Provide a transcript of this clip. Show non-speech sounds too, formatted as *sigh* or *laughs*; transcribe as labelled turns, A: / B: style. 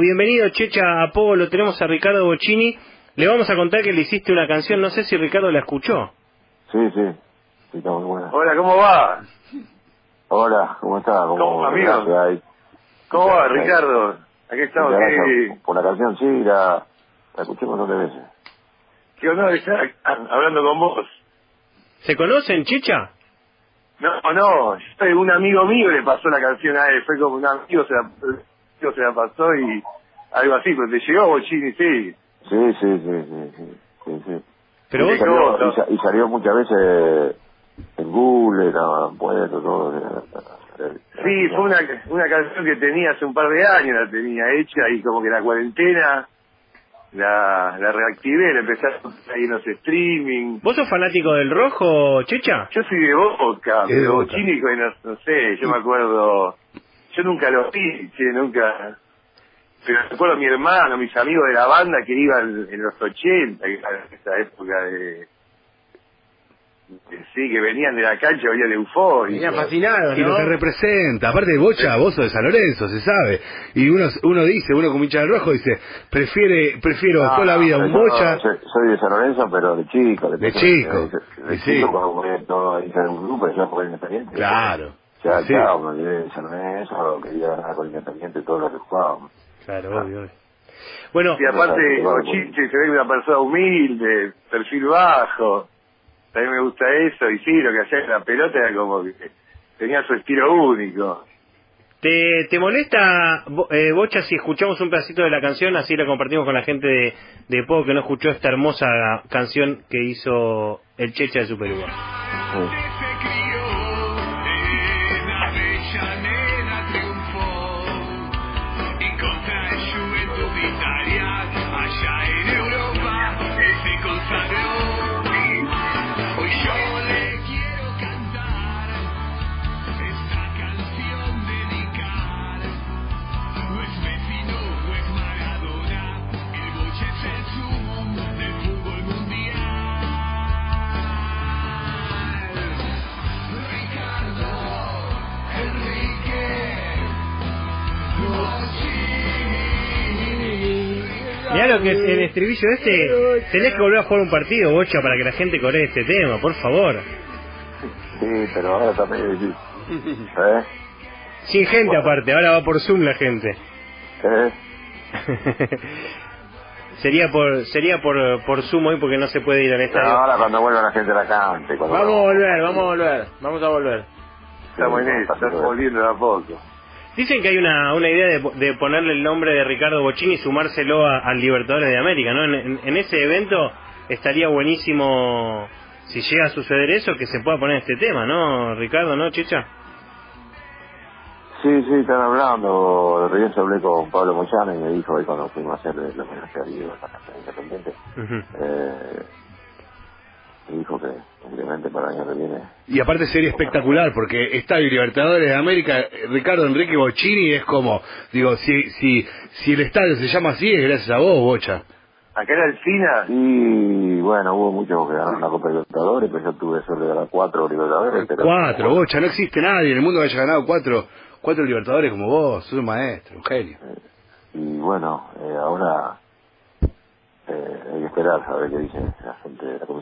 A: Bienvenido, Checha Apogo, lo tenemos a Ricardo Bocini. Le vamos a contar que le hiciste una canción, no sé si Ricardo la escuchó.
B: Sí, sí. Sí, está muy buena.
C: Hola, ¿cómo va?
B: Hola, ¿cómo está?
C: ¿Cómo, amigo?
B: ¿Qué hay?
C: ¿Cómo va,
B: Gracias.
C: Ricardo? Aquí estamos.
B: Muchas
C: Qué,
B: gracias Por la canción, sí, la, la escuché un montón de veces.
C: qué honor estar a- hablando con vos.
A: ¿Se conocen, Checha?
C: No, no, yo- un amigo mío le pasó la canción a él. Fue como un amigo se la, amigo se la pasó y algo así. Pero te llegó, Bochini, sí.
B: Sí, sí, sí, sí, sí. sí, sí.
A: Pero
B: y,
A: vos,
B: salió,
C: no, no.
B: y sa- y salió muchas veces en Google, en Ampuesto, todo. eh, eh,
C: Sí, fue una, una canción que tenía hace un par de años, la tenía hecha y como que la cuarentena la, la reactivé, la empecé a hacer ahí en los streaming.
A: ¿Vos sos fanático del rojo, Checha?
C: Yo soy de Boca,
A: Sí, de
C: pero
A: Boca.
C: Bochini, no, no sé, yo me acuerdo, yo nunca lo vi, che, nunca, pero recuerdo a mi hermano, mis amigos de la banda que iban en los 80, que era esa época de, de- sí, que venían de la cancha, venían euforia.
D: Venía fascinado, Y lo que representa, aparte de Bocha, vos sos de San Lorenzo, se sabe. Y uno, uno dice, uno como hincha del rojo dice, prefiere, prefiero
C: Ah,
D: toda la vida un
B: yo
D: Bocha.
B: soy, soy de San Lorenzo, pero de chico. De,
D: De chico.
B: De, de
D: Y sí.
B: chico, cuando ponía todo ahí en un grupo, ya por Independiente.
D: Claro.
B: Ya,
D: Sí.
B: claro, me olvidé de San Lorenzo, quería ganar con Independiente todo lo que jugábamos.
A: Claro, obvio. obvio. Bueno,
C: Y aparte,
B: Claro, claro.
C: Bochini se ve una persona humilde, perfil bajo, a mí me gusta eso, y sí, lo que hacía en la pelota era como que tenía su estilo único.
A: ¿te, te molesta, Bo- eh, Bocha, si escuchamos un pedacito de la canción? Así la compartimos con la gente de, de Pogo que no escuchó esta hermosa canción que hizo el Checha de Super Uruguay.
B: Sí.
E: se crió en Avellaneda triunfó y contra el Juventud Italia allá en Europa él se consagró hoy yo le quiero cantar esta canción dedicar no es vecino o es Maradona el Boche es el sumo del fútbol mundial
A: Mirá lo que es el estribillo este. Tenés que volver a jugar un partido, Bocha, para que la gente coree este tema, por favor.
B: Sí, pero ahora está
F: *laughs*
B: medio difícil. ¿Eh?
A: Sin gente aparte, ahora va por Zoom la gente. *laughs*
B: ¿Eh?
A: sería por sería por, por Zoom hoy porque no se puede ir al
B: No,
A: estadio.
B: ahora cuando vuelva la gente a la cante. cuando
F: Vamos a
B: vuelva-
F: volver, vamos a volver, vamos a volver.
C: Estamos en eso, estás volviendo de a poco.
A: Dicen que hay una, una idea de, po- de ponerle el nombre de Ricardo Bochini y sumárselo a- al Libertadores de América, ¿no? En, en- en ese evento estaría buenísimo, si llega a suceder eso, que se pueda poner este tema, ¿no, Ricardo? ¿No, Chicha?
B: Sí, sí, están hablando. Recién hablé con Pablo Moyano y me dijo ahí cuando fuimos a hacer el homenaje a Diego en la Casa Independiente.
A: Ujú.
B: Eh, me dijo que obviamente para el año que viene.
D: Y aparte sería espectacular, porque está el Libertadores de América, eh, Ricardo Enrique Bocini es como, digo, si, si, si el estadio se llama así es gracias a vos, Bocha.
C: Acá en Alcina,
B: Y bueno, hubo muchos que ganaron la Copa Libertadores, pero yo tuve suerte de ganar cuatro Libertadores. Pero,
D: Cuatro, Bocha, no existe nadie en el mundo que haya ganado cuatro, cuatro Libertadores como vos, sos un maestro, un genio.
B: Y eh, bueno, eh, ahora eh, hay que esperar a ver qué dice la gente de la Comisión